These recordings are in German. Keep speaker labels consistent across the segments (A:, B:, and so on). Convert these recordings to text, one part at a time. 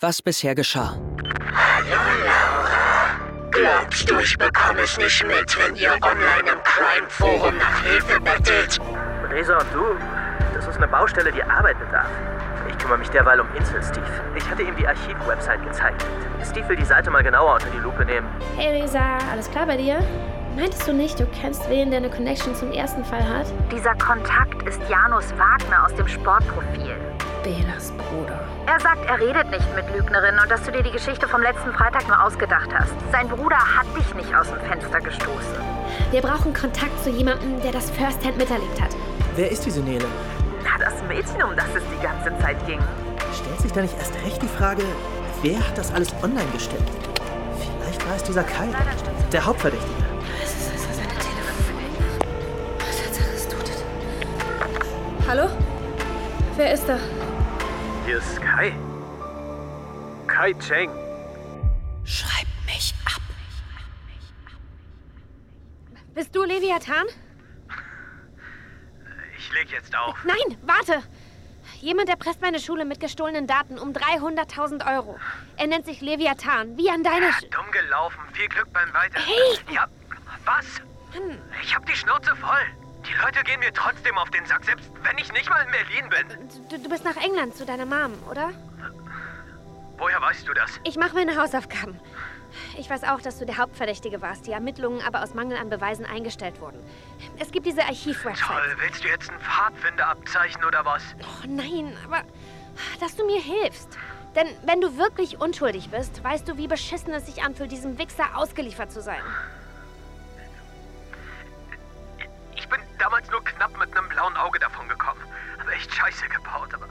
A: was bisher geschah.
B: Hallo Laura. Glaubst du, ich bekomme es nicht mit, wenn ihr online im Crime Forum nach Hilfe bettelt?
C: Resa und du, das ist eine Baustelle, die Arbeit bedarf. Ich kümmere mich derweil um Insel Steve. Ich hatte ihm die Archiv-Website gezeigt. Steve will die Seite mal genauer unter die Lupe nehmen.
D: Hey Resa, alles klar bei dir? Meintest du nicht, du kennst wen, der eine Connection zum ersten Fall hat?
E: Dieser Kontakt ist Janus Wagner aus dem Sportprofil.
D: Belas Bruder.
E: Er sagt, er redet nicht mit Lügnerinnen und dass du dir die Geschichte vom letzten Freitag nur ausgedacht hast. Sein Bruder hat dich nicht aus dem Fenster gestoßen.
D: Wir brauchen Kontakt zu jemandem, der das firsthand miterlebt hat.
F: Wer ist diese Nele?
G: Na, das Mädchen, um das es die ganze Zeit ging.
F: Stellt sich da nicht erst recht die Frage, wer hat das alles online gestellt? Vielleicht war es dieser Kai, der Hauptverdächtige.
D: Hallo? Wer ist da?
C: Hier ist Kai. Kai Cheng.
A: Schreib mich ab.
D: Bist du Leviathan?
C: Ich leg jetzt auf.
D: Nein, warte! Jemand erpresst meine Schule mit gestohlenen Daten um 300.000 Euro. Er nennt sich Leviathan, wie an deine Sch
C: Dumm gelaufen. Viel Glück beim Weiter.
D: Hey!
C: Ja, was? Ich hab die Schnauze voll. Die Leute gehen mir trotzdem auf den Sack, selbst wenn ich nicht mal in Berlin bin.
D: Du, du bist nach England zu deiner Mom, oder?
C: Woher weißt du das?
D: Ich mache meine Hausaufgaben. Ich weiß auch, dass du der Hauptverdächtige warst, die Ermittlungen aber aus Mangel an Beweisen eingestellt wurden. Es gibt diese
C: Toll,
D: Archivwebsite.
C: willst du jetzt einen Pfadfinder abzeichnen oder was?
D: Oh nein, aber ah, dass du mir hilfst. Denn wenn du wirklich unschuldig bist, weißt du, wie beschissen es sich anfühlt, diesem Wichser ausgeliefert zu sein.
C: Ich bin damals nur knapp mit einem blauen Auge davon gekommen. Hab echt scheiße gebaut, aber...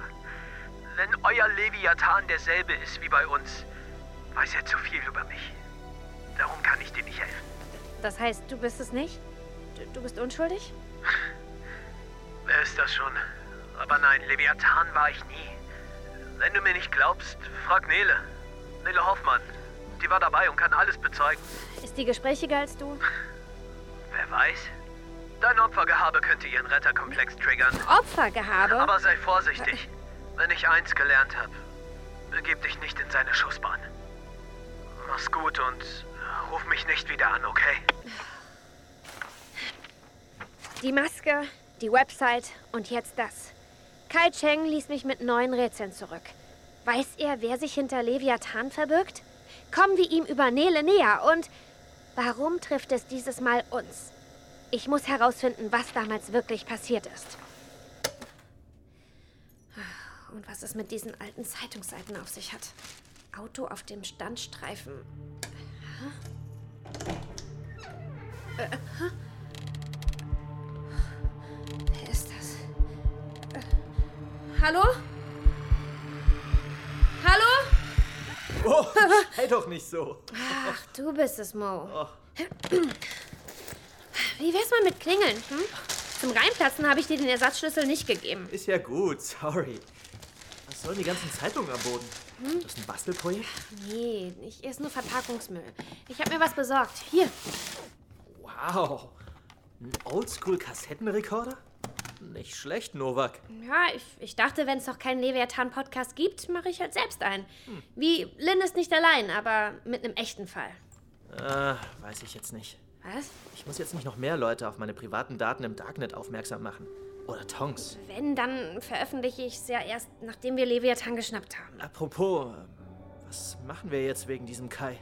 C: Wenn euer Leviathan derselbe ist wie bei uns, weiß er zu viel über mich. Darum kann ich dir nicht helfen.
D: Das heißt, du bist es nicht? Du, du bist unschuldig?
C: Wer ist das schon? Aber nein, Leviathan war ich nie. Wenn du mir nicht glaubst, frag Nele. Nele Hoffmann. Die war dabei und kann alles bezeugen.
D: Ist die gesprächiger als du?
C: Wer weiß? Dein Opfergehabe könnte ihren Retterkomplex triggern.
D: Opfergehabe?
C: Aber sei vorsichtig. Wenn ich eins gelernt habe, begib dich nicht in seine Schussbahn. Mach's gut und ruf mich nicht wieder an, okay?
D: Die Maske, die Website und jetzt das. Kai Cheng ließ mich mit neuen Rätseln zurück. Weiß er, wer sich hinter Leviathan verbirgt? Kommen wir ihm über Nele näher und warum trifft es dieses Mal uns? Ich muss herausfinden, was damals wirklich passiert ist. Und was es mit diesen alten Zeitungsseiten auf sich hat. Auto auf dem Standstreifen. Wer ist das? Äh, hallo? Hallo?
F: Oh, sei doch nicht so.
D: Ach, du bist es, Mo. Wie wär's mal mit Klingeln, hm? Zum Reinplatzen habe ich dir den Ersatzschlüssel nicht gegeben.
F: Ist ja gut, sorry. Was sollen die ganzen Zeitungen am Boden? Das ist ein Bastelprojekt?
D: Nee, ich esse nur Verpackungsmüll. Ich habe mir was besorgt. Hier.
F: Wow. Ein Oldschool-Kassettenrekorder? Nicht schlecht, Novak.
D: Ja, ich, ich dachte, wenn es noch keinen Leviathan-Podcast gibt, mache ich halt selbst einen. Wie Lynn ist nicht allein, aber mit einem echten Fall.
F: Ah, weiß ich jetzt nicht.
D: Was?
F: Ich muss jetzt nicht noch mehr Leute auf meine privaten Daten im Darknet aufmerksam machen. Oder Tongs.
D: Wenn, dann veröffentliche ich es ja erst, nachdem wir Leviathan geschnappt haben.
F: Apropos, ähm, was machen wir jetzt wegen diesem Kai?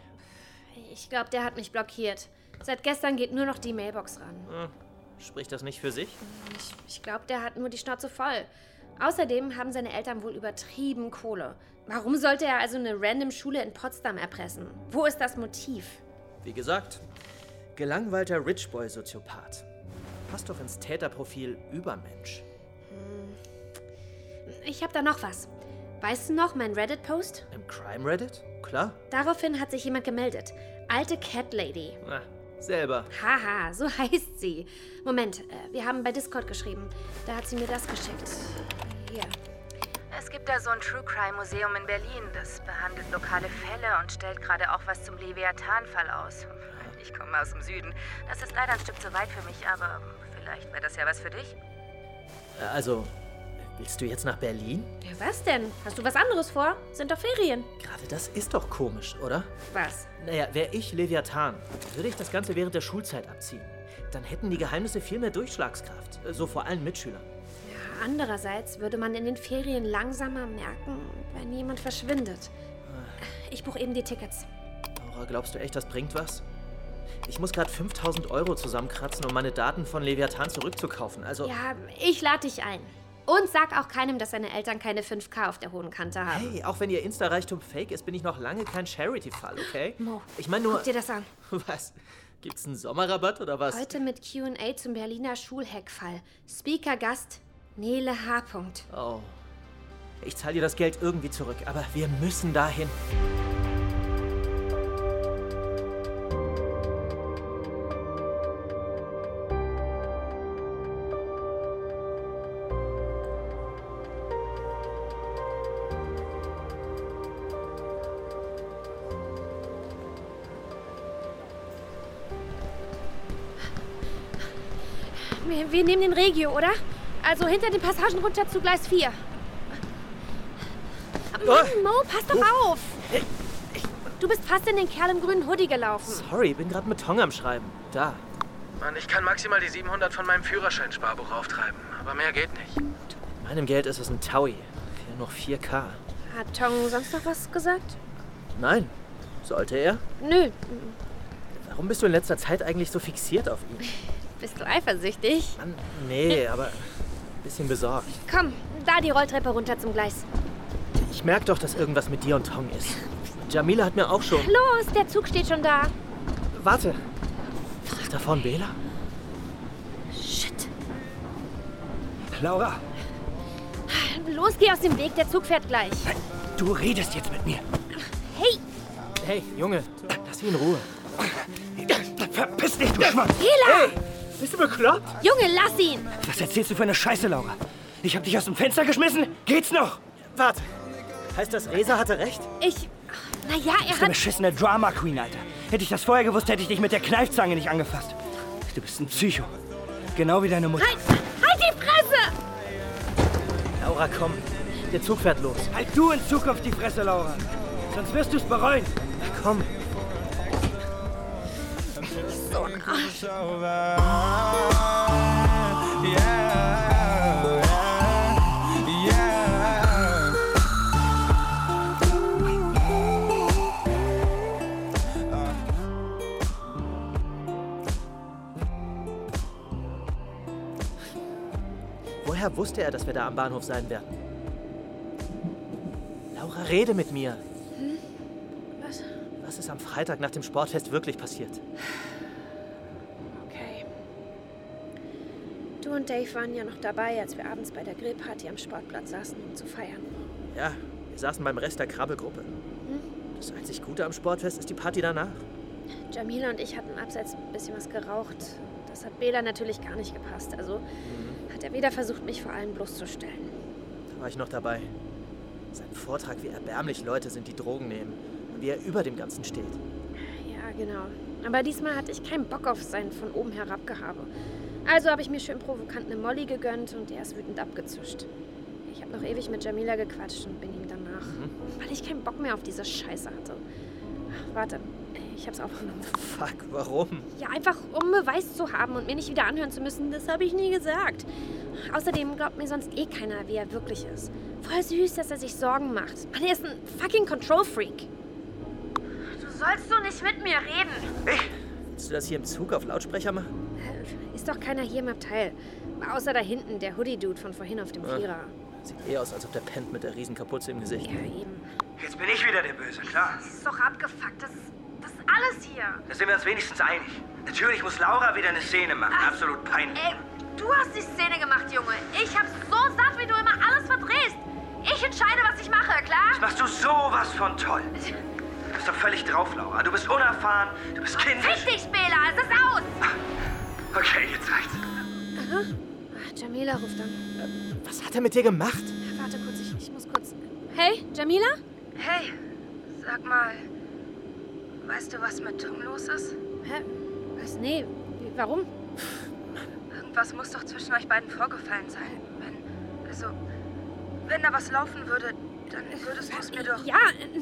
D: Ich glaube, der hat mich blockiert. Seit gestern geht nur noch die Mailbox ran.
F: Spricht das nicht für sich?
D: Ich, ich glaube, der hat nur die Schnauze voll. Außerdem haben seine Eltern wohl übertrieben Kohle. Warum sollte er also eine random Schule in Potsdam erpressen? Wo ist das Motiv?
F: Wie gesagt, gelangweilter Richboy-Soziopath. Passt doch ins Täterprofil Übermensch.
D: Ich habe da noch was. Weißt du noch, mein Reddit-Post?
F: Im Crime Reddit? Klar.
D: Daraufhin hat sich jemand gemeldet. Alte Cat Lady.
F: Na, selber.
D: Haha, so heißt sie. Moment, äh, wir haben bei Discord geschrieben. Da hat sie mir das geschickt. Hier.
E: Es gibt da so ein True Crime Museum in Berlin. Das behandelt lokale Fälle und stellt gerade auch was zum Leviathan-Fall aus. Ich komme aus dem Süden. Das ist leider ein Stück zu weit für mich, aber vielleicht wäre das ja was für dich.
F: Äh, Also, Willst du jetzt nach Berlin?
D: Ja, was denn? Hast du was anderes vor? Sind doch Ferien.
F: Gerade das ist doch komisch, oder?
D: Was?
F: Naja, wäre ich Leviathan, würde ich das Ganze während der Schulzeit abziehen. Dann hätten die Geheimnisse viel mehr Durchschlagskraft, äh, so vor allen Mitschülern.
D: Ja, andererseits würde man in den Ferien langsamer merken, wenn jemand verschwindet. Ich buche eben die Tickets.
F: Laura, glaubst du echt, das bringt was? Ich muss gerade 5000 Euro zusammenkratzen, um meine Daten von Leviathan zurückzukaufen. Also,
D: Ja, ich lade dich ein. Und sag auch keinem, dass seine Eltern keine 5K auf der hohen Kante haben.
F: hey, auch wenn ihr Insta-Reichtum fake ist, bin ich noch lange kein Charity-Fall, okay?
D: Mo,
F: ich meine nur.
D: Guck dir das an.
F: Was? Gibt's einen Sommerrabatt oder was?
D: Heute mit QA zum Berliner Schulhackfall. Speaker-Gast Nele H. Punkt.
F: Oh. Ich zahle dir das Geld irgendwie zurück, aber wir müssen dahin.
D: Wir, wir nehmen den Regio, oder? Also hinter den Passagen runter zu Gleis
F: Äh.
D: 4. Mann, Mo, pass doch
F: Oh.
D: auf! Du bist fast in den Kerl im grünen Hoodie gelaufen.
F: Sorry, bin gerade mit Tong am Schreiben. Da.
C: Mann, ich kann maximal die 700 von meinem Führerscheinsparbuch auftreiben, aber mehr geht nicht.
F: Mit meinem Geld ist es ein Taui. Fehlen noch 4K.
D: Hat Tong sonst noch was gesagt?
F: Nein. Sollte er?
D: Nö,
F: Warum bist du in letzter Zeit eigentlich so fixiert auf ihn?
D: bist du eifersüchtig?
F: Mann, nee, aber ein bisschen besorgt.
D: Komm, da die Rolltreppe runter zum Gleis.
F: Ich merke doch, dass irgendwas mit dir und Tong ist. Jamila hat mir auch schon.
D: Los, der Zug steht schon da.
F: Warte. Ist da vorne Bela?
D: Shit.
H: Laura,
D: Los, geh aus dem Weg, der Zug fährt gleich.
H: du redest jetzt mit mir.
D: Hey,
F: Hey, Junge, lass ihn in Ruhe.
H: Verpiss dich, du Schwanz!
D: Bela!
F: Bist du bekloppt?
D: Junge, lass ihn!
H: Was erzählst du für eine Scheiße, Laura? Ich hab dich aus dem Fenster geschmissen? Geht's noch?
F: Warte. Heißt das, Resa hatte recht?
D: Ich. Naja, er
H: Du
D: hat.
H: beschissene Drama Queen, Alter. Hätte ich das vorher gewusst, hätte ich dich mit der Kneifzange nicht angefasst. Du bist ein Psycho. Genau wie deine Mutter.
D: Halt, halt die Fresse!
F: Laura, komm. Der Zug fährt los.
H: Halt du in Zukunft die Fresse, Laura. Sonst wirst du es bereuen.
F: Komm. Woher wusste er, dass wir da am Bahnhof sein werden? Laura, rede mit mir.
D: Was?
F: Was ist am Freitag nach dem Sportfest wirklich passiert?
D: Okay. Du und Dave waren ja noch dabei, als wir abends bei der Grillparty am Sportplatz saßen, um zu feiern.
F: Ja, wir saßen beim Rest der Krabbelgruppe. Das einzig Gute am Sportfest ist die Party danach.
D: Jamila und ich hatten abseits ein bisschen was geraucht. Das hat Bela natürlich gar nicht gepasst. Also hat er wieder versucht, mich vor allem bloßzustellen.
F: Da war ich noch dabei. Sein Vortrag, wie erbärmlich Leute sind, die Drogen nehmen. Und wie er über dem Ganzen steht.
D: Ja, genau. Aber diesmal hatte ich keinen Bock auf sein von oben herab Gehabe. Also habe ich mir schön provokant eine Molly gegönnt und er ist wütend abgezischt. Ich habe noch ewig mit Jamila gequatscht und bin ihm danach, weil ich keinen Bock mehr auf diese Scheiße hatte. Ach, warte, ich hab's aufgenommen.
F: Fuck, warum?
D: Ja, einfach um Beweis zu haben und mir nicht wieder anhören zu müssen, das habe ich nie gesagt. Außerdem glaubt mir sonst eh keiner, wie er wirklich ist. Voll süß, dass er sich Sorgen macht. Mann, er ist ein fucking Control-Freak.
E: Du sollst so nicht mit mir reden.
F: Willst du das hier im Zug auf Lautsprecher machen?
D: Ist doch keiner hier im Abteil. Außer da hinten, der Hoodie-Dude von vorhin auf
H: Ah.
D: dem Vierer.
F: Sieht eh aus, als ob der pennt mit der riesen Kapuze im Gesicht.
D: Ja, eben.
H: Jetzt bin ich wieder der Böse, klar.
E: Das ist doch abgefuckt. Das, das ist alles hier.
H: Da sind wir uns wenigstens einig. Natürlich muss Laura wieder eine Szene machen. Absolut peinlich.
E: Ey, du hast die Szene gemacht, Junge. Ich hab's so satt, wie du immer alles verdrehst. Ich entscheide, was ich mache, klar?
H: Machst du sowas von toll. Du bist doch völlig drauf, Laura. Du bist unerfahren, du bist kindisch.
E: Fick dich, Bela, es ist aus.
H: Okay, jetzt reicht's.
E: Ah,
D: Ach, Jamila ruft an.
F: Was hat er mit dir gemacht?
D: Warte kurz, ich, ich muss kurz. Hey, Jamila?
E: Hey, sag mal, weißt du, was mit Tom los ist?
D: Hä? Was? Nee, wie- warum?
E: Irgendwas muss doch zwischen euch beiden vorgefallen sein. Wenn, also, Wenn da was laufen würde, dann würdest du es mir doch.
D: Ja,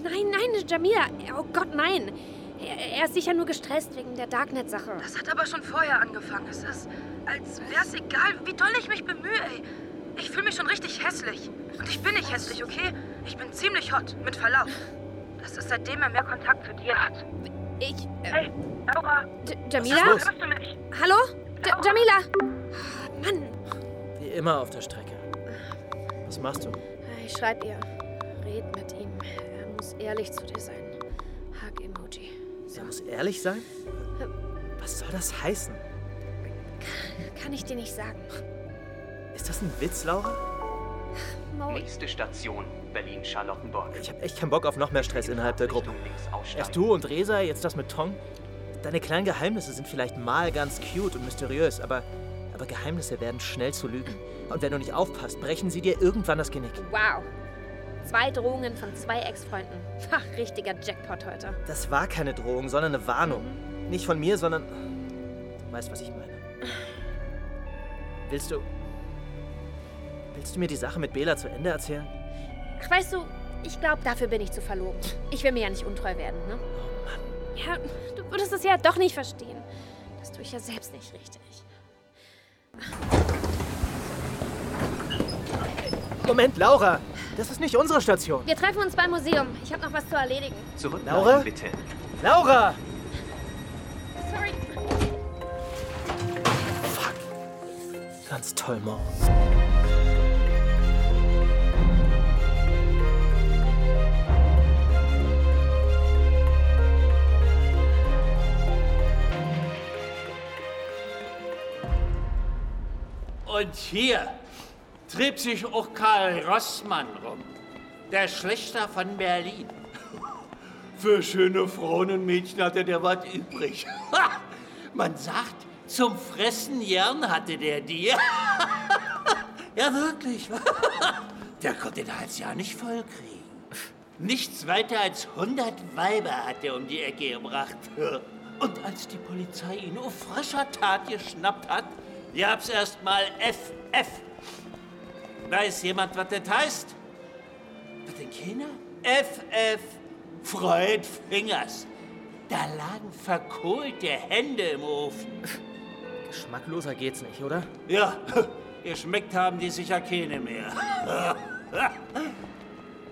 D: nein, nein, Jamila. Oh Gott, nein. Er, er ist sicher nur gestresst wegen der Darknet-Sache.
E: Das hat aber schon vorher angefangen. Es ist, als wär's egal, wie doll ich mich bemühe, ey. Ich fühle mich schon richtig hässlich. Und ich bin nicht hässlich, okay? Ich bin ziemlich hot, mit Verlaub. Das ist seitdem er mehr Kontakt zu dir hat.
D: Ich. Äh,
E: Hey, Laura,
D: J- Jamila?
F: los?
E: hörst du mich?
D: Hallo? J Jamila! Oh, Mann.
F: Wie immer auf der Strecke. Was machst du?
I: Ich schreib ihr. Red mit ihm. Er muss ehrlich zu dir sein. Hack-Emoji.
F: Sie muss ehrlich sein? Was soll das heißen?
I: Kann ich dir nicht sagen.
F: Ist das ein Witz, Laura?
I: Mo,
J: Nächste Station, Berlin-Charlottenburg.
F: Ich habe echt keinen Bock auf noch mehr Stress innerhalb der Gruppe.
J: Richtung links aussteigen.
F: Erst du und Resa, jetzt das mit Tong. Deine kleinen Geheimnisse sind vielleicht mal ganz cute und mysteriös, aber, aber Geheimnisse werden schnell zu Lügen. Und wenn du nicht aufpasst, brechen sie dir irgendwann das Genick.
D: Wow. Zwei Drohungen von zwei Ex-Freunden. Ach, richtiger Jackpot heute.
F: Das war keine Drohung, sondern eine Warnung. Nicht von mir, sondern. Du weißt, was ich meine. Willst du. Willst du mir die Sache mit Bela zu Ende erzählen?
D: Ach, weißt du, ich glaube, dafür bin ich zu verlobt. Ich will mir ja nicht untreu werden, ne? Ja, du würdest es ja doch nicht verstehen. Das tue ich ja selbst nicht richtig.
F: Moment, Laura! Das ist nicht unsere Station!
D: Wir treffen uns beim Museum. Ich habe noch was zu erledigen.
J: Zurück,
F: Laura?
J: bitte.
F: Laura!
D: Sorry.
F: Ganz toll, Mo.
K: Und hier trieb sich auch Karl Rossmann rum, der Schlechter von Berlin. Für schöne Frauen und Mädchen hatte der was übrig. Man sagt, zum Fressen Jern hatte der die. ja, wirklich. der konnte den Hals ja nicht voll kriegen. Nichts weiter als 100 Weiber hat er um die Ecke gebracht. Und als die Polizei ihn auf frischer Tat geschnappt hat, gab's erst mal FF. Weiß jemand, was das heißt? Was denn keiner? FF. Freud Fingers. Da lagen verkohlte Hände im Ofen.
F: Geschmackloser geht's nicht, oder?
K: Ja, geschmeckt haben die sicher keine mehr.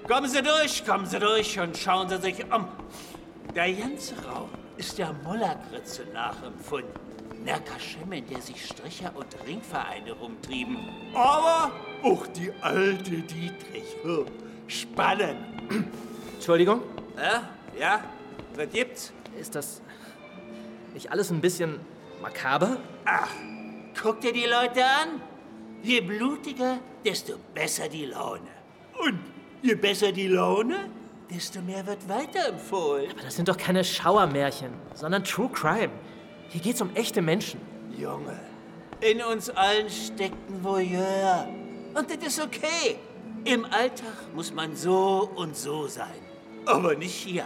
K: kommen Sie durch, kommen Sie durch und schauen Sie sich um. Der ganze Raum ist der Mullerkritze nachempfunden. Nerker Schimmel, in der sich Stricher und Ringvereine rumtrieben. Aber auch die alte Dietrich. hm, Spannend.
F: Entschuldigung?
K: Ja, ja, was gibt's?
F: Ist das nicht alles ein bisschen makaber?
K: Guck dir die Leute an. Je blutiger, desto besser die Laune. Und je besser die Laune, desto mehr wird weiterempfohlen.
F: Aber das sind doch keine Schauermärchen, sondern True Crime. Hier geht's um echte Menschen.
K: Junge, in uns allen steckt ein Voyeur. Und das ist okay. Im Alltag muss man so und so sein. Aber nicht hier.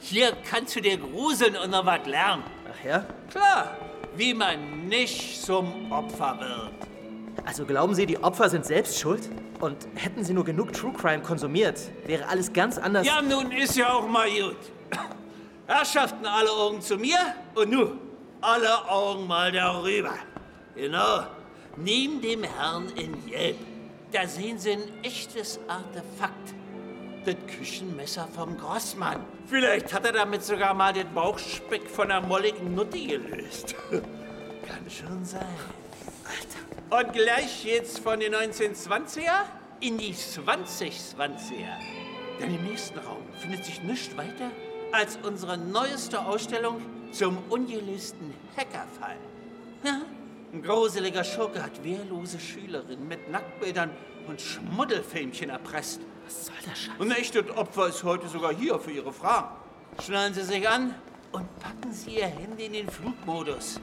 K: Hier kannst du dir gruseln und noch was lernen.
F: Ach ja?
K: Klar, wie man nicht zum Opfer wird.
F: Also glauben Sie, die Opfer sind selbst schuld? Und hätten Sie nur genug True Crime konsumiert, wäre alles ganz anders.
K: Ja, nun ist ja auch mal gut. Herrschaften, alle Augen zu mir und nu, alle Augen mal darüber. Genau, neben dem Herrn in Gelb, da sehen Sie ein echtes Artefakt. Das Küchenmesser vom Grossmann. Vielleicht hat er damit sogar mal den Bauchspeck von der molligen Nutti gelöst. Kann schon sein. Und gleich geht's von den 1920er in die 2020er. Denn im nächsten Raum findet sich nichts weiter als unsere neueste Ausstellung zum ungelösten Hackerfall. Ja, ein gruseliger Schurke hat wehrlose Schülerinnen mit Nacktbildern und Schmuddelfilmchen erpresst.
F: Was soll das Scheiß?
K: Und ein echtes Opfer ist heute sogar hier für Ihre Fragen. Schnallen Sie sich an und packen Sie Ihr Handy in den Flugmodus.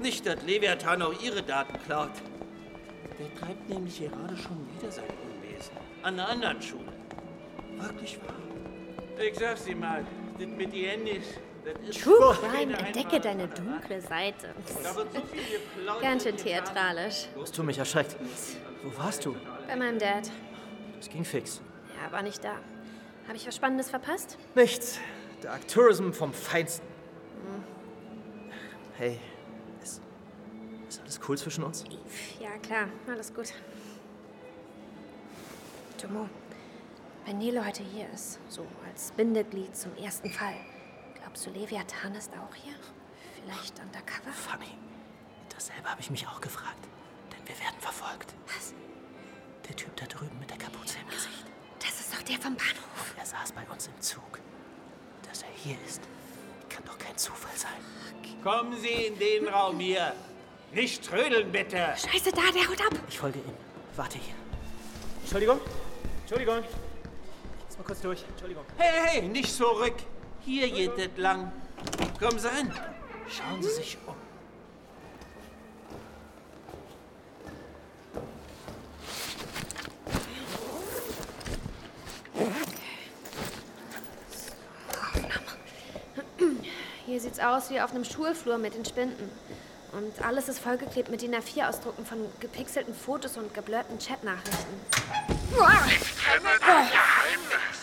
K: Nicht, dass Leviathan auch Ihre Daten klaut. Der treibt nämlich gerade schon wieder sein Unwesen. An einer anderen Schule. Wirklich wahr. Ich sag's Ihnen mal, das mit den Handys, das ist...
D: True Crime, Ähm, entdecke deine dunkle Seite.
K: Da wird so viel geplaudert.
F: Oh,
I: Ganz schön theatralisch.
F: Hast du mich erschreckt? Wo warst du?
I: Bei meinem Dad.
F: Das ging fix.
D: Ja, war nicht da. Habe ich was Spannendes verpasst?
F: Nichts. Dark Tourism vom Feinsten. Mhm. Hey, ist, ist alles cool zwischen uns?
D: Ja, klar. Alles gut. Tomo, wenn Nele heute hier ist, so als Bindeglied zum ersten Fall, glaubst du, Leviathan ist auch hier? Vielleicht undercover?
F: Funny. Dasselbe habe ich mich auch gefragt. Denn wir werden verfolgt.
D: Was?
F: Der Typ da drüben mit der Kapuze im Gesicht.
D: Das ist doch der vom Bahnhof.
F: Er saß bei uns im Zug. Dass er hier ist, kann doch kein Zufall sein.
K: Kommen Sie in den Raum hier. Nicht trödeln, bitte.
D: Scheiße, da, der haut ab.
F: Ich folge ihm. Warte hier. Entschuldigung? Entschuldigung. Lass mal kurz durch. Entschuldigung.
K: Hey, hey, nicht so rück. Hier geht es lang. Kommen Sie rein.
F: Schauen Sie sich um.
D: Hier sieht's aus wie auf einem Schulflur mit den Spinden. Und alles ist vollgeklebt mit DIN A4-Ausdrucken von gepixelten Fotos und geblurrten Chatnachrichten.
L: Ich kenne dein Geheimnis.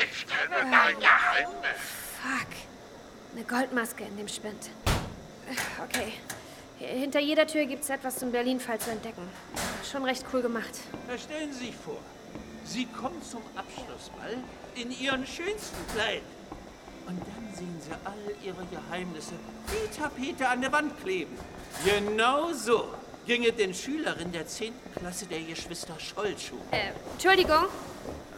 L: Ich kenne dein Geheimnis.
D: Fuck. Eine Goldmaske in dem Spind. Äh, Okay. H- Hinter jeder Tür gibt's etwas zum Berlin-Fall zu entdecken. Schon recht cool gemacht.
K: Da stellen Sie sich vor, Sie kommen zum Abschlussball in Ihrem schönsten Kleid. Und dann sehen Sie all Ihre Geheimnisse wie Tapete an der Wand kleben. Genau so ginge den Schülerin der 10. Klasse der Geschwister Schollschuh.
D: Äh, Entschuldigung.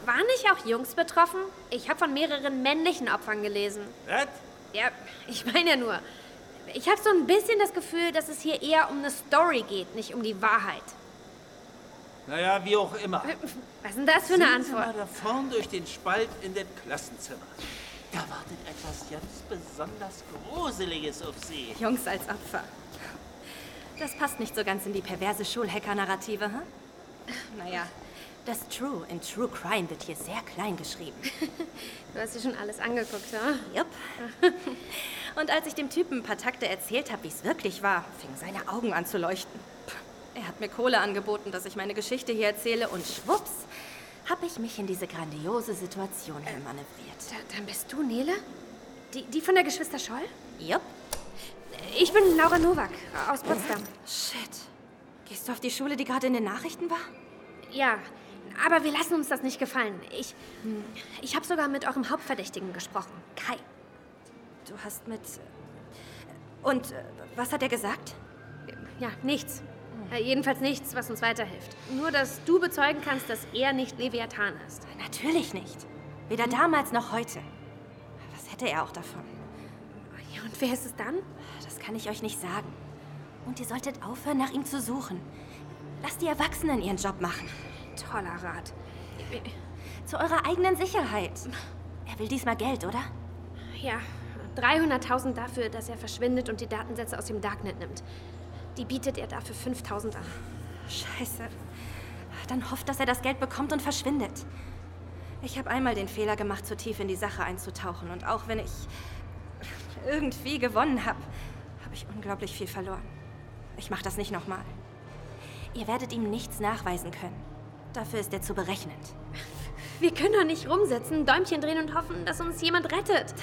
D: Waren nicht auch Jungs betroffen? Ich habe von mehreren männlichen Opfern gelesen.
K: Was?
D: Ja, ich meine ja nur. Ich habe so ein bisschen das Gefühl, dass es hier eher um eine Story geht, nicht um die Wahrheit.
K: Naja, wie auch immer.
D: Was ist denn das für eine
K: Sehen Sie
D: Antwort?
K: mal da vorn durch den Spalt in das Klassenzimmer. Da wartet etwas ganz besonders Gruseliges auf Sie.
E: Jungs als Opfer. Das passt nicht so ganz in die perverse Schulhacker-Narrative, hm? Naja, das True in True Crime wird hier sehr klein geschrieben.
D: Du hast dir schon alles angeguckt, ja?
E: Jupp. Und als ich dem Typen ein paar Takte erzählt habe, wie es wirklich war, fingen seine Augen an zu leuchten. Pff, Er hat mir Kohle angeboten, dass ich meine Geschichte hier erzähle und schwupps habe ich mich in diese grandiose Situation hier manövriert.
D: dann bist du Nele? Die, die von der Geschwister Scholl?
E: Jupp.
D: Ich bin Laura Nowak aus Potsdam.
E: Shit. Gehst du auf die Schule, die gerade in den Nachrichten war?
D: Ja, aber wir lassen uns das nicht gefallen. Ich, ich habe sogar mit eurem Hauptverdächtigen gesprochen, Kai.
E: Du hast mit... Und äh, was hat er gesagt?
D: Ja, nichts. Äh, jedenfalls nichts, was uns weiterhilft. Nur, dass du bezeugen kannst, dass er nicht Leviathan ist.
E: Natürlich nicht. Weder damals noch heute. Was hätte er auch davon?
D: Ja, und wer ist es dann?
E: Das kann ich euch nicht sagen. Und ihr solltet aufhören, nach ihm zu suchen. Lasst die Erwachsenen ihren Job machen.
D: Toller Rat.
E: Zu eurer eigenen Sicherheit. Er will diesmal Geld, oder?
D: Ja, 300.000 dafür, dass er verschwindet und die Datensätze aus dem Darknet nimmt. Die bietet er dafür 5.000 an.
E: Scheiße. Dann hofft, dass er das Geld bekommt und verschwindet. Ich habe einmal den Fehler gemacht, zu tief in die Sache einzutauchen. Und auch wenn ich irgendwie gewonnen habe, habe ich unglaublich viel verloren. Ich mache das nicht nochmal. Ihr werdet ihm nichts nachweisen können. Dafür ist er zu berechnend.
D: Wir können doch nicht rumsitzen, Däumchen drehen und hoffen, dass uns jemand rettet.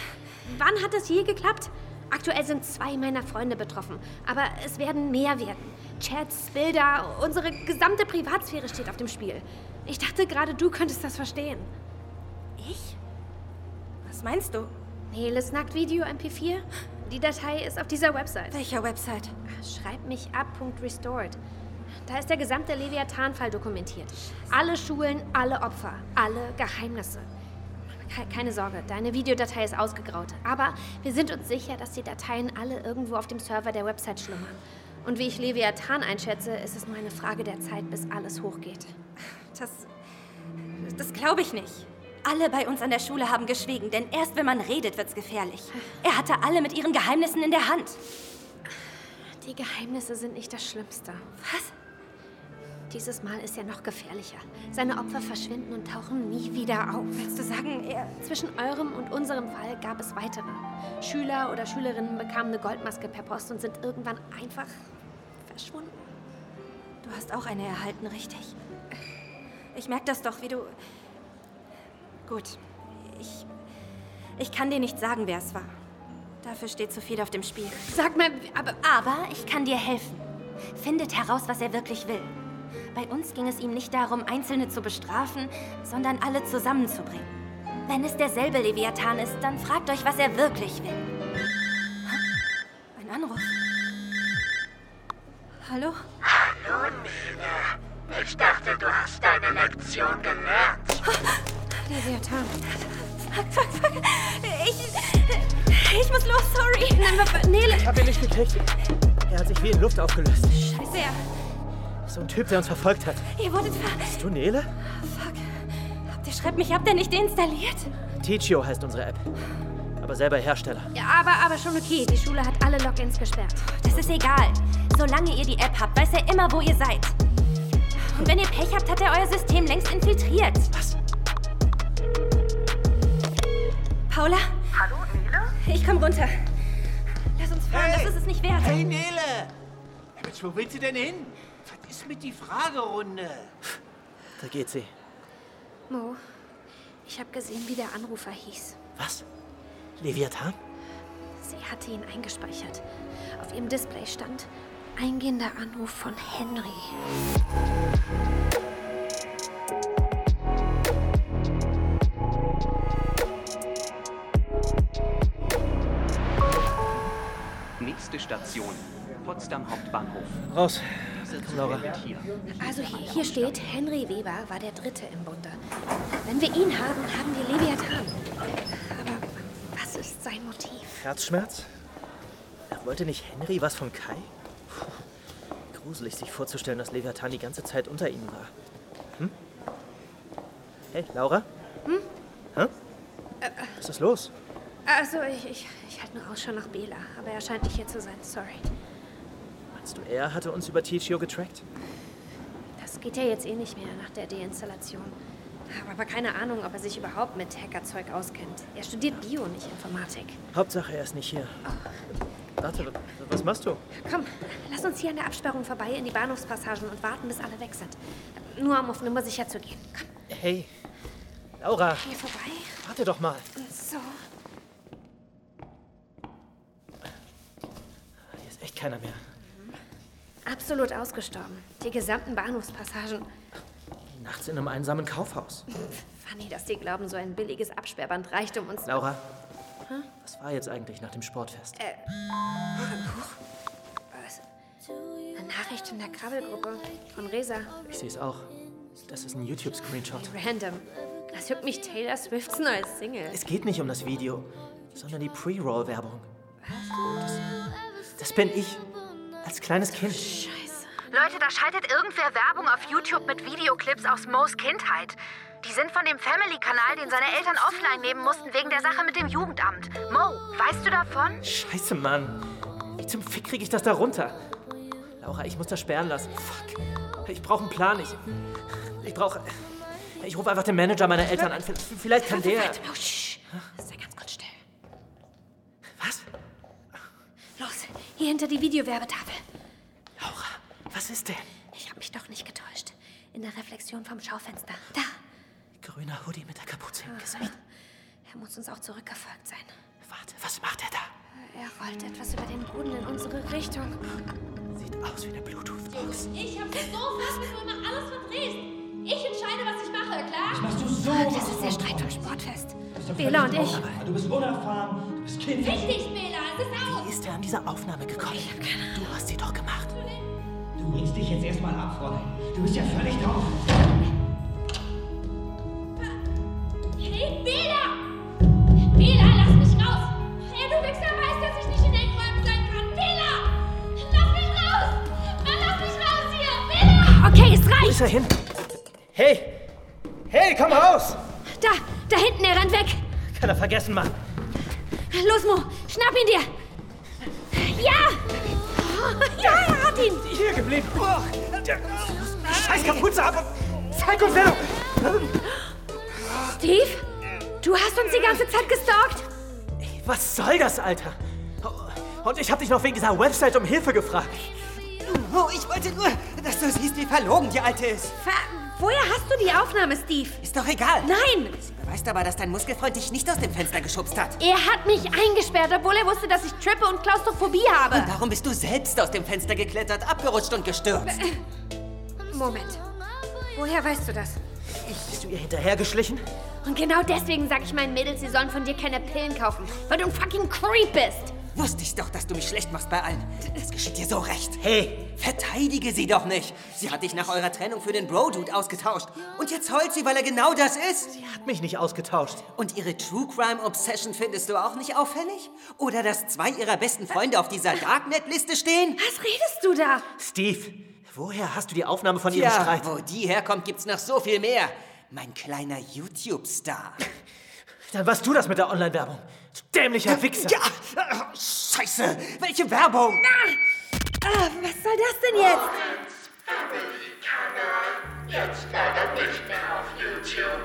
D: Wann hat das je geklappt? Aktuell sind zwei meiner Freunde betroffen, aber es werden mehr werden. Chats, Bilder, unsere gesamte Privatsphäre steht auf dem Spiel. Ich dachte gerade, du könntest das verstehen.
E: Ich? Was meinst du?
D: Neles Nacktvideo MP4? Die Datei ist auf dieser Website.
E: Welcher Website?
D: Schreib mich ab.restored. Da ist der gesamte Leviathan-Fall dokumentiert. Alle Schulen, alle Opfer, alle Geheimnisse. Ke- Keine Sorge, deine Videodatei ist ausgegraut. Aber wir sind uns sicher, dass die Dateien alle irgendwo auf dem Server der Website schlummern. Und wie ich Leviathan einschätze, ist es nur eine Frage der Zeit, bis alles hochgeht.
E: Das. Das glaube ich nicht. Alle bei uns an der Schule haben geschwiegen, denn erst wenn man redet, wird's gefährlich. Er hatte alle mit ihren Geheimnissen in der Hand.
D: Die Geheimnisse sind nicht das Schlimmste.
E: Was?
D: Dieses Mal ist er noch gefährlicher. Seine Opfer verschwinden und tauchen nie wieder auf.
E: Willst du sagen, er.
D: Zwischen eurem und unserem Fall gab es weitere. Schüler oder Schülerinnen bekamen eine Goldmaske per Post und sind irgendwann einfach verschwunden.
E: Du hast auch eine erhalten, richtig?
M: Ich merke das doch, wie du... Gut, ich... Ich kann dir nicht sagen, wer es war. Dafür steht zu viel auf dem Spiel.
D: Sag mal, aber...
M: Aber ich kann dir helfen. Findet heraus, was er wirklich will. Bei uns ging es ihm nicht darum, Einzelne zu bestrafen, sondern alle zusammenzubringen. Wenn es derselbe Leviathan ist, dann fragt euch, was er wirklich will. Ein Anruf. Hallo?
N: Hallo, Nina. Ich dachte, du hast deine Lektion gelernt.
D: Leviathan.
M: Fuck, fuck, fuck. Ich. Ich muss los, sorry.
D: Nein, warte, Nele.
F: Ich hab ihn nicht gekriegt. Er hat sich wie in Luft aufgelöst.
M: Scheiße, ja.
F: So ein Typ, der uns verfolgt hat.
M: Ihr wurdet ver...
F: Bist du Nele?
M: Fuck. Habt ihr Schreibt mich, habt ihr nicht deinstalliert?
F: Teachio heißt unsere App. Aber selber Hersteller.
D: Ja, aber, aber schon okay. Die Schule hat alle Logins gesperrt.
M: Das ist egal. Solange ihr die App habt, weiß er immer, wo ihr seid. Und wenn ihr Pech habt, hat er euer System längst infiltriert.
F: Was?
M: Paula?
O: Hallo, Nele?
M: Ich komm runter. Lass uns fahren,
K: Hey.
M: das ist es nicht wert.
K: Hey, Nele! Mensch, wo willst du denn hin? Was ist mit die Fragerunde?
F: Da geht sie.
D: Mo, ich habe gesehen, wie der Anrufer hieß.
F: Was? Leviathan?
D: Sie hatte ihn eingespeichert. Auf ihrem Display stand eingehender Anruf von Henry.
H: Nächste Station, Potsdam Hauptbahnhof.
F: Raus.
H: Komm,
F: Laura.
H: Hier.
D: Also hier, hier steht, Henry Weber war der Dritte im Bunde. Wenn wir ihn haben, haben wir Leviathan. Aber was ist sein Motiv?
F: Herzschmerz? Er wollte nicht Henry was von Kai? Puh. Gruselig, sich vorzustellen, dass Leviathan die ganze Zeit unter ihnen war. Hm? Hey, Laura?
D: Hm?
F: Hä? Was ist los?
D: Also, ich, ich, ich
M: halt
D: halte nur Ausschau nach Bela, aber er scheint nicht hier zu sein, sorry.
F: Meinst du, er hatte uns über Tichio getrackt?
D: Das geht ja jetzt eh nicht mehr nach der Deinstallation. Habe aber keine Ahnung, ob er sich überhaupt mit Hackerzeug auskennt. Er studiert Bio, nicht Informatik.
F: Hauptsache, er ist nicht hier. Warte, wa- was machst du?
D: Komm, lass uns hier an der Absperrung vorbei in die Bahnhofspassagen und warten, bis alle weg sind. Nur um auf Nummer sicher zu gehen. Komm,
F: Hey, Laura,
D: hier vorbei.
F: warte doch mal.
D: So.
F: Hier ist echt keiner mehr.
D: Absolut ausgestorben. Die gesamten Bahnhofspassagen.
F: Nachts in einem einsamen Kaufhaus.
D: Funny, dass die glauben, so ein billiges Absperrband reicht, um uns...
F: Laura,
D: Hm?
F: was war jetzt eigentlich nach dem Sportfest?
D: Äh. Huch. Was? Eine Nachricht in der Krabbelgruppe von Resa.
F: Ich sehe es auch. Das ist ein YouTube-Screenshot.
D: Random. Das juckt mich Taylor Swifts neue Single.
F: Es geht nicht um das Video, sondern die Pre-Roll-Werbung. Das bin ich. Als kleines Kind.
E: Leute, da schaltet irgendwer Werbung auf YouTube mit Videoclips aus Moes Kindheit. Die sind von dem Family-Kanal, den seine Eltern offline nehmen mussten, wegen der Sache mit dem Jugendamt. Mo, weißt du davon?
F: Scheiße, Mann. Wie zum Fick kriege ich das da runter? Laura, ich muss das sperren lassen. Fuck. Ich brauche einen Plan. Ich, ich brauche... Ich rufe einfach den Manager meiner Eltern an. Vielleicht kann der...
D: Warte, oh, shh. Sei ganz kurz still.
F: Was?
D: Los, hier hinter die Videowerbetafel.
F: Laura, was ist denn?
D: Ich habe mich doch nicht getäuscht. In der Reflexion vom Schaufenster. Da.
F: Grüner Hoodie mit der Kapuze
D: Ah.
F: im Gesicht.
D: Er muss uns auch zurückgefolgt sein.
F: Warte, was macht er da?
D: Er rollt etwas über den Boden in unsere Richtung.
F: Sieht aus wie eine Bluetooth-Box.
P: Ich hab das so fast, dass du immer alles verdrehst. Ich entscheide, was ich mache, klar? Was machst du
D: so? Ah, Das ist der Streit vom Sportfest. Bela und ich.
Q: Du bist unerfahren, du bist
P: Richtig, Bela, es ist aus!
F: Wie ist er an diese Aufnahme gekommen? Du hast sie doch gemacht.
Q: Du bringst dich jetzt erstmal ab, Fräulein. Du bist ja völlig drauf.
P: Hey, Bela! Bela, lass mich raus! Hey, du Wichser weißt, dass ich nicht in Eckräumen sein kann! Bela! Lass mich raus! Mann, lass mich raus hier! Bela!
D: Okay, es reicht!
F: Wo ist er hin? Hey! Hey, komm raus!
D: Da, da hinten, er rennt weg.
F: Kann er vergessen, Mann.
D: Los, Mo, schnapp ihn dir. Ja! Ja, er hat ihn!
F: Hier geblieben. Oh, Scheiß Kapuze ab und zeig uns, wer du...
D: Steve, du hast uns die ganze Zeit gestalkt.
F: Was soll das, Alter? Und ich hab dich noch wegen dieser Website um Hilfe gefragt.
R: Oh, ich wollte nur dass du siehst, wie verlogen die Alte ist.
D: Ver woher hast du die Aufnahme, Steve?
R: Ist doch egal.
D: Nein!
R: Sie beweist aber, dass dein Muskelfreund dich nicht aus dem Fenster geschubst hat.
D: Er hat mich eingesperrt, obwohl er wusste, dass ich trippe und Klaustrophobie habe.
R: Und darum bist du selbst aus dem Fenster geklettert, abgerutscht und gestürzt.
D: Moment. Woher weißt du das?
F: Bist du ihr hinterhergeschlichen?
D: Und genau deswegen sag ich meinen Mädels, sie sollen von dir keine Pillen kaufen, weil du ein fucking Creep bist.
R: Wusste ich doch, dass du mich schlecht machst bei allen. Das geschieht dir so recht.
F: Hey!
R: Verteidige sie doch nicht. Sie hat dich nach eurer Trennung für den Bro-Dude ausgetauscht. Und jetzt heult sie, weil er genau das ist.
F: Sie hat mich nicht ausgetauscht.
R: Und ihre True Crime Obsession findest du auch nicht auffällig? Oder dass zwei ihrer besten Freunde auf dieser Darknet-Liste stehen?
D: Was redest du da?
F: Steve, woher hast du die Aufnahme von
R: Tja,
F: ihrem Streit?
R: wo die herkommt, gibt's noch so viel mehr. Mein kleiner YouTube-Star.
F: Dann warst du das mit der Online-Werbung. Du dämlicher Wichser.
R: Ja, ah, scheiße, welche Werbung?
D: Ah, was soll das denn jetzt?
C: Jetzt leider nicht mehr auf YouTube.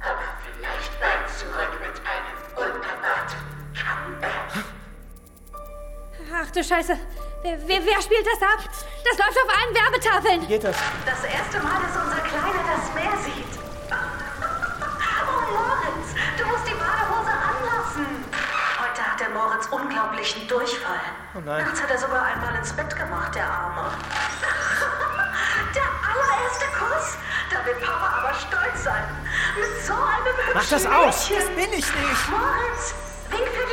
C: Aber vielleicht bald zurück mit einem unerwarteten Comeback.
D: Ach du Scheiße. Wer, wer, wer spielt das ab? Das läuft auf allen Werbetafeln.
F: Geht das?
H: Das erste Mal, dass unser Kleiner das Meer sieht. Oh, Moritz, du musst die Badehose anlassen. Heute hat der Moritz unglaublichen Durchfall.
F: Oh nein.
H: Nachts hat er sogar einmal ins Bett gemacht, der Arme. Der allererste Kuss. Da will Papa aber stolz sein. Mit so einem hübschen
F: Mach das aus.
H: Mädchen.
F: Das bin ich nicht.
H: Moritz, wink für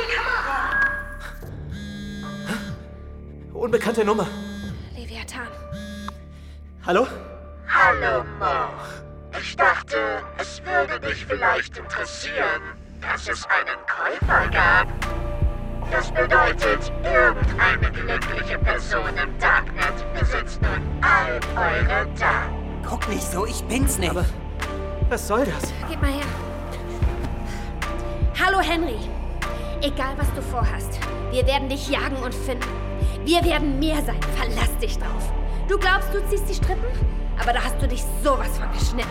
H: die Kamera.
F: Unbekannte Nummer.
D: Leviathan.
F: Hallo?
C: Hallo, Mo. Ich dachte, es würde dich vielleicht interessieren, dass es einen Käufer gab. Das bedeutet, irgendeine glückliche Person im Darknet besitzt nun all eure Daten.
R: Guck nicht so, ich bin's nicht.
F: was soll das?
D: Gib mal her. Hallo Henry. Egal was du vorhast, wir werden dich jagen und finden. Wir werden mehr sein. Verlass dich drauf. Du glaubst, du ziehst die Strippen? Aber da hast du dich sowas von geschnitten.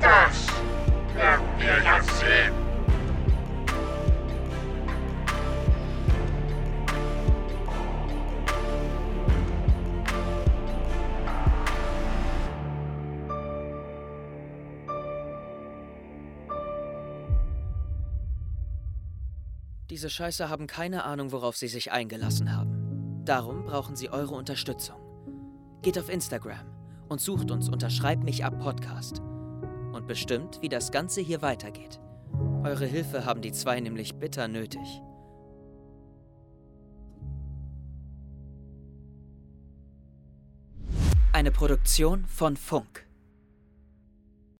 C: Das werden wir ja sehen.
S: Diese Scheiße haben keine Ahnung, worauf sie sich eingelassen haben. Darum brauchen sie eure Unterstützung. Geht auf Instagram und sucht uns unter Schreib mich ab Podcast. Und bestimmt, wie das Ganze hier weitergeht. Eure Hilfe haben die zwei nämlich bitter nötig. Eine Produktion von Funk.